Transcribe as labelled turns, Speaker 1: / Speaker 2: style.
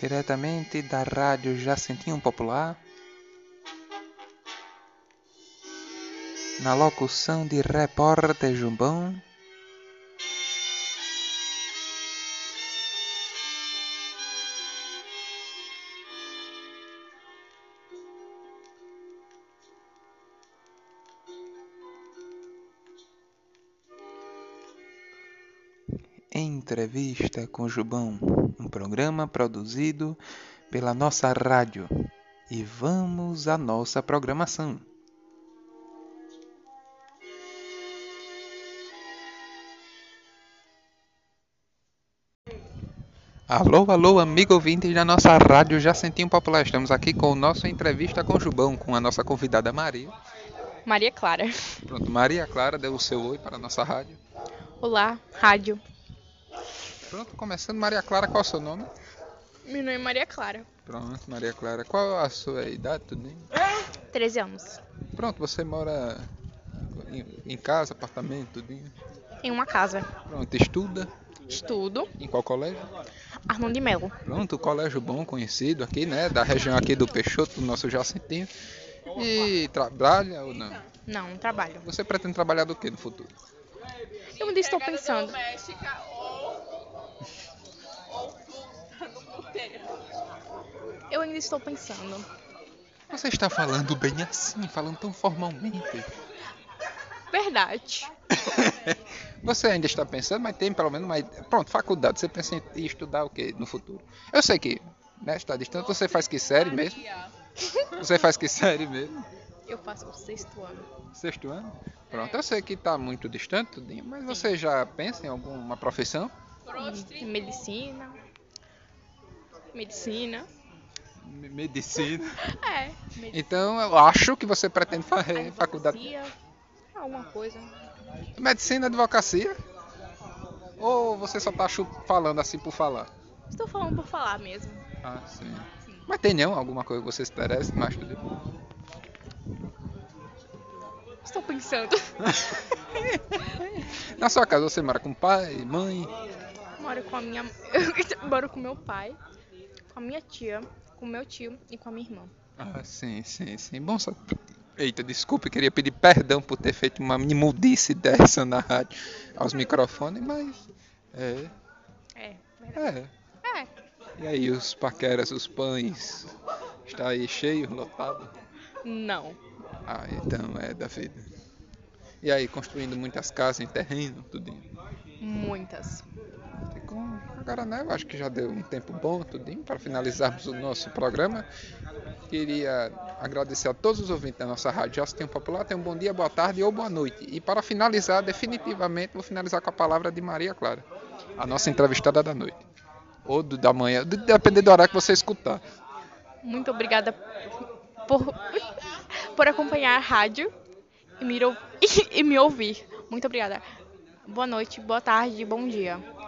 Speaker 1: diretamente da Rádio Jacentinho Popular, na locução de Repórter Jumbão. Entrevista com Jubão, um programa produzido pela nossa rádio. E vamos à nossa programação. Alô, alô, amigo ouvinte da nossa rádio Jacentinho Popular. Estamos aqui com o nosso entrevista com Jubão, com a nossa convidada Maria.
Speaker 2: Maria Clara.
Speaker 1: Pronto, Maria Clara deu o seu oi para a nossa rádio.
Speaker 2: Olá, rádio.
Speaker 1: Pronto, começando, Maria Clara, qual é o seu nome?
Speaker 2: Meu nome é Maria Clara,
Speaker 1: Pronto, Maria Clara, qual a sua idade, tudo bem?
Speaker 2: 13 anos.
Speaker 1: Pronto, você mora em, em casa, apartamento, tudinho?
Speaker 2: Em uma casa.
Speaker 1: Pronto, estuda
Speaker 2: Estudo
Speaker 1: em qual colégio?
Speaker 2: Armando de Melo.
Speaker 1: Pronto, colégio bom, conhecido aqui, né, da região aqui do Peixoto, do nosso Jacentinho. E trabalha ou não?
Speaker 2: Não, não trabalho.
Speaker 1: Você pretende trabalhar do que no futuro?
Speaker 2: Eu ainda estou pensando. Eu ainda estou pensando.
Speaker 1: Você está falando bem assim, falando tão formalmente.
Speaker 2: Verdade.
Speaker 1: Você ainda está pensando, mas tem pelo menos uma. Pronto, faculdade. Você pensa em estudar o que no futuro? Eu sei que, nesta distância, você faz que série mesmo? Você faz que série mesmo?
Speaker 2: Eu faço o sexto ano.
Speaker 1: Sexto ano? Pronto, eu sei que está muito distante, tudinho, mas você já pensa em alguma profissão?
Speaker 2: Hum, Medicina. Medicina.
Speaker 1: Me- Medicina.
Speaker 2: É. Medicina.
Speaker 1: Então eu acho que você pretende
Speaker 2: É,
Speaker 1: fazer faculdade.
Speaker 2: advocacia, Alguma coisa.
Speaker 1: Medicina, advocacia? Ou você só tá chu- falando assim por falar?
Speaker 2: Estou falando por falar mesmo.
Speaker 1: Ah, sim. Mas tem não alguma coisa que você se interessa mais tudo?
Speaker 2: Estou pensando.
Speaker 1: Na sua casa você mora com pai, mãe?
Speaker 2: Moro com a minha. Moro com meu pai, com a minha tia, com meu tio e com a minha irmã.
Speaker 1: Ah, sim, sim, sim. Bom, só... Eita, desculpe, queria pedir perdão por ter feito uma imudice dessa na rádio aos microfones, mas. É,
Speaker 2: É, verdade.
Speaker 1: é.
Speaker 2: É,
Speaker 1: E aí, os paqueras, os pães? Está aí cheio, lotado?
Speaker 2: não.
Speaker 1: Ah, então é da vida. E aí, construindo muitas casas em terreno, tudinho.
Speaker 2: Muitas.
Speaker 1: Ficou- Agora, né, eu acho que já deu um tempo bom, tudinho, para finalizarmos o nosso programa. Queria agradecer a todos os ouvintes da nossa rádio Jacinto Popular. Tenham um bom dia, boa tarde ou boa noite. E para finalizar, definitivamente, vou finalizar com a palavra de Maria Clara, a nossa entrevistada da noite. Ou do, da manhã, de- depende do horário que você escutar.
Speaker 2: Muito obrigada por, por acompanhar a rádio e me, ou- e me ouvir. Muito obrigada. Boa noite, boa tarde, bom dia.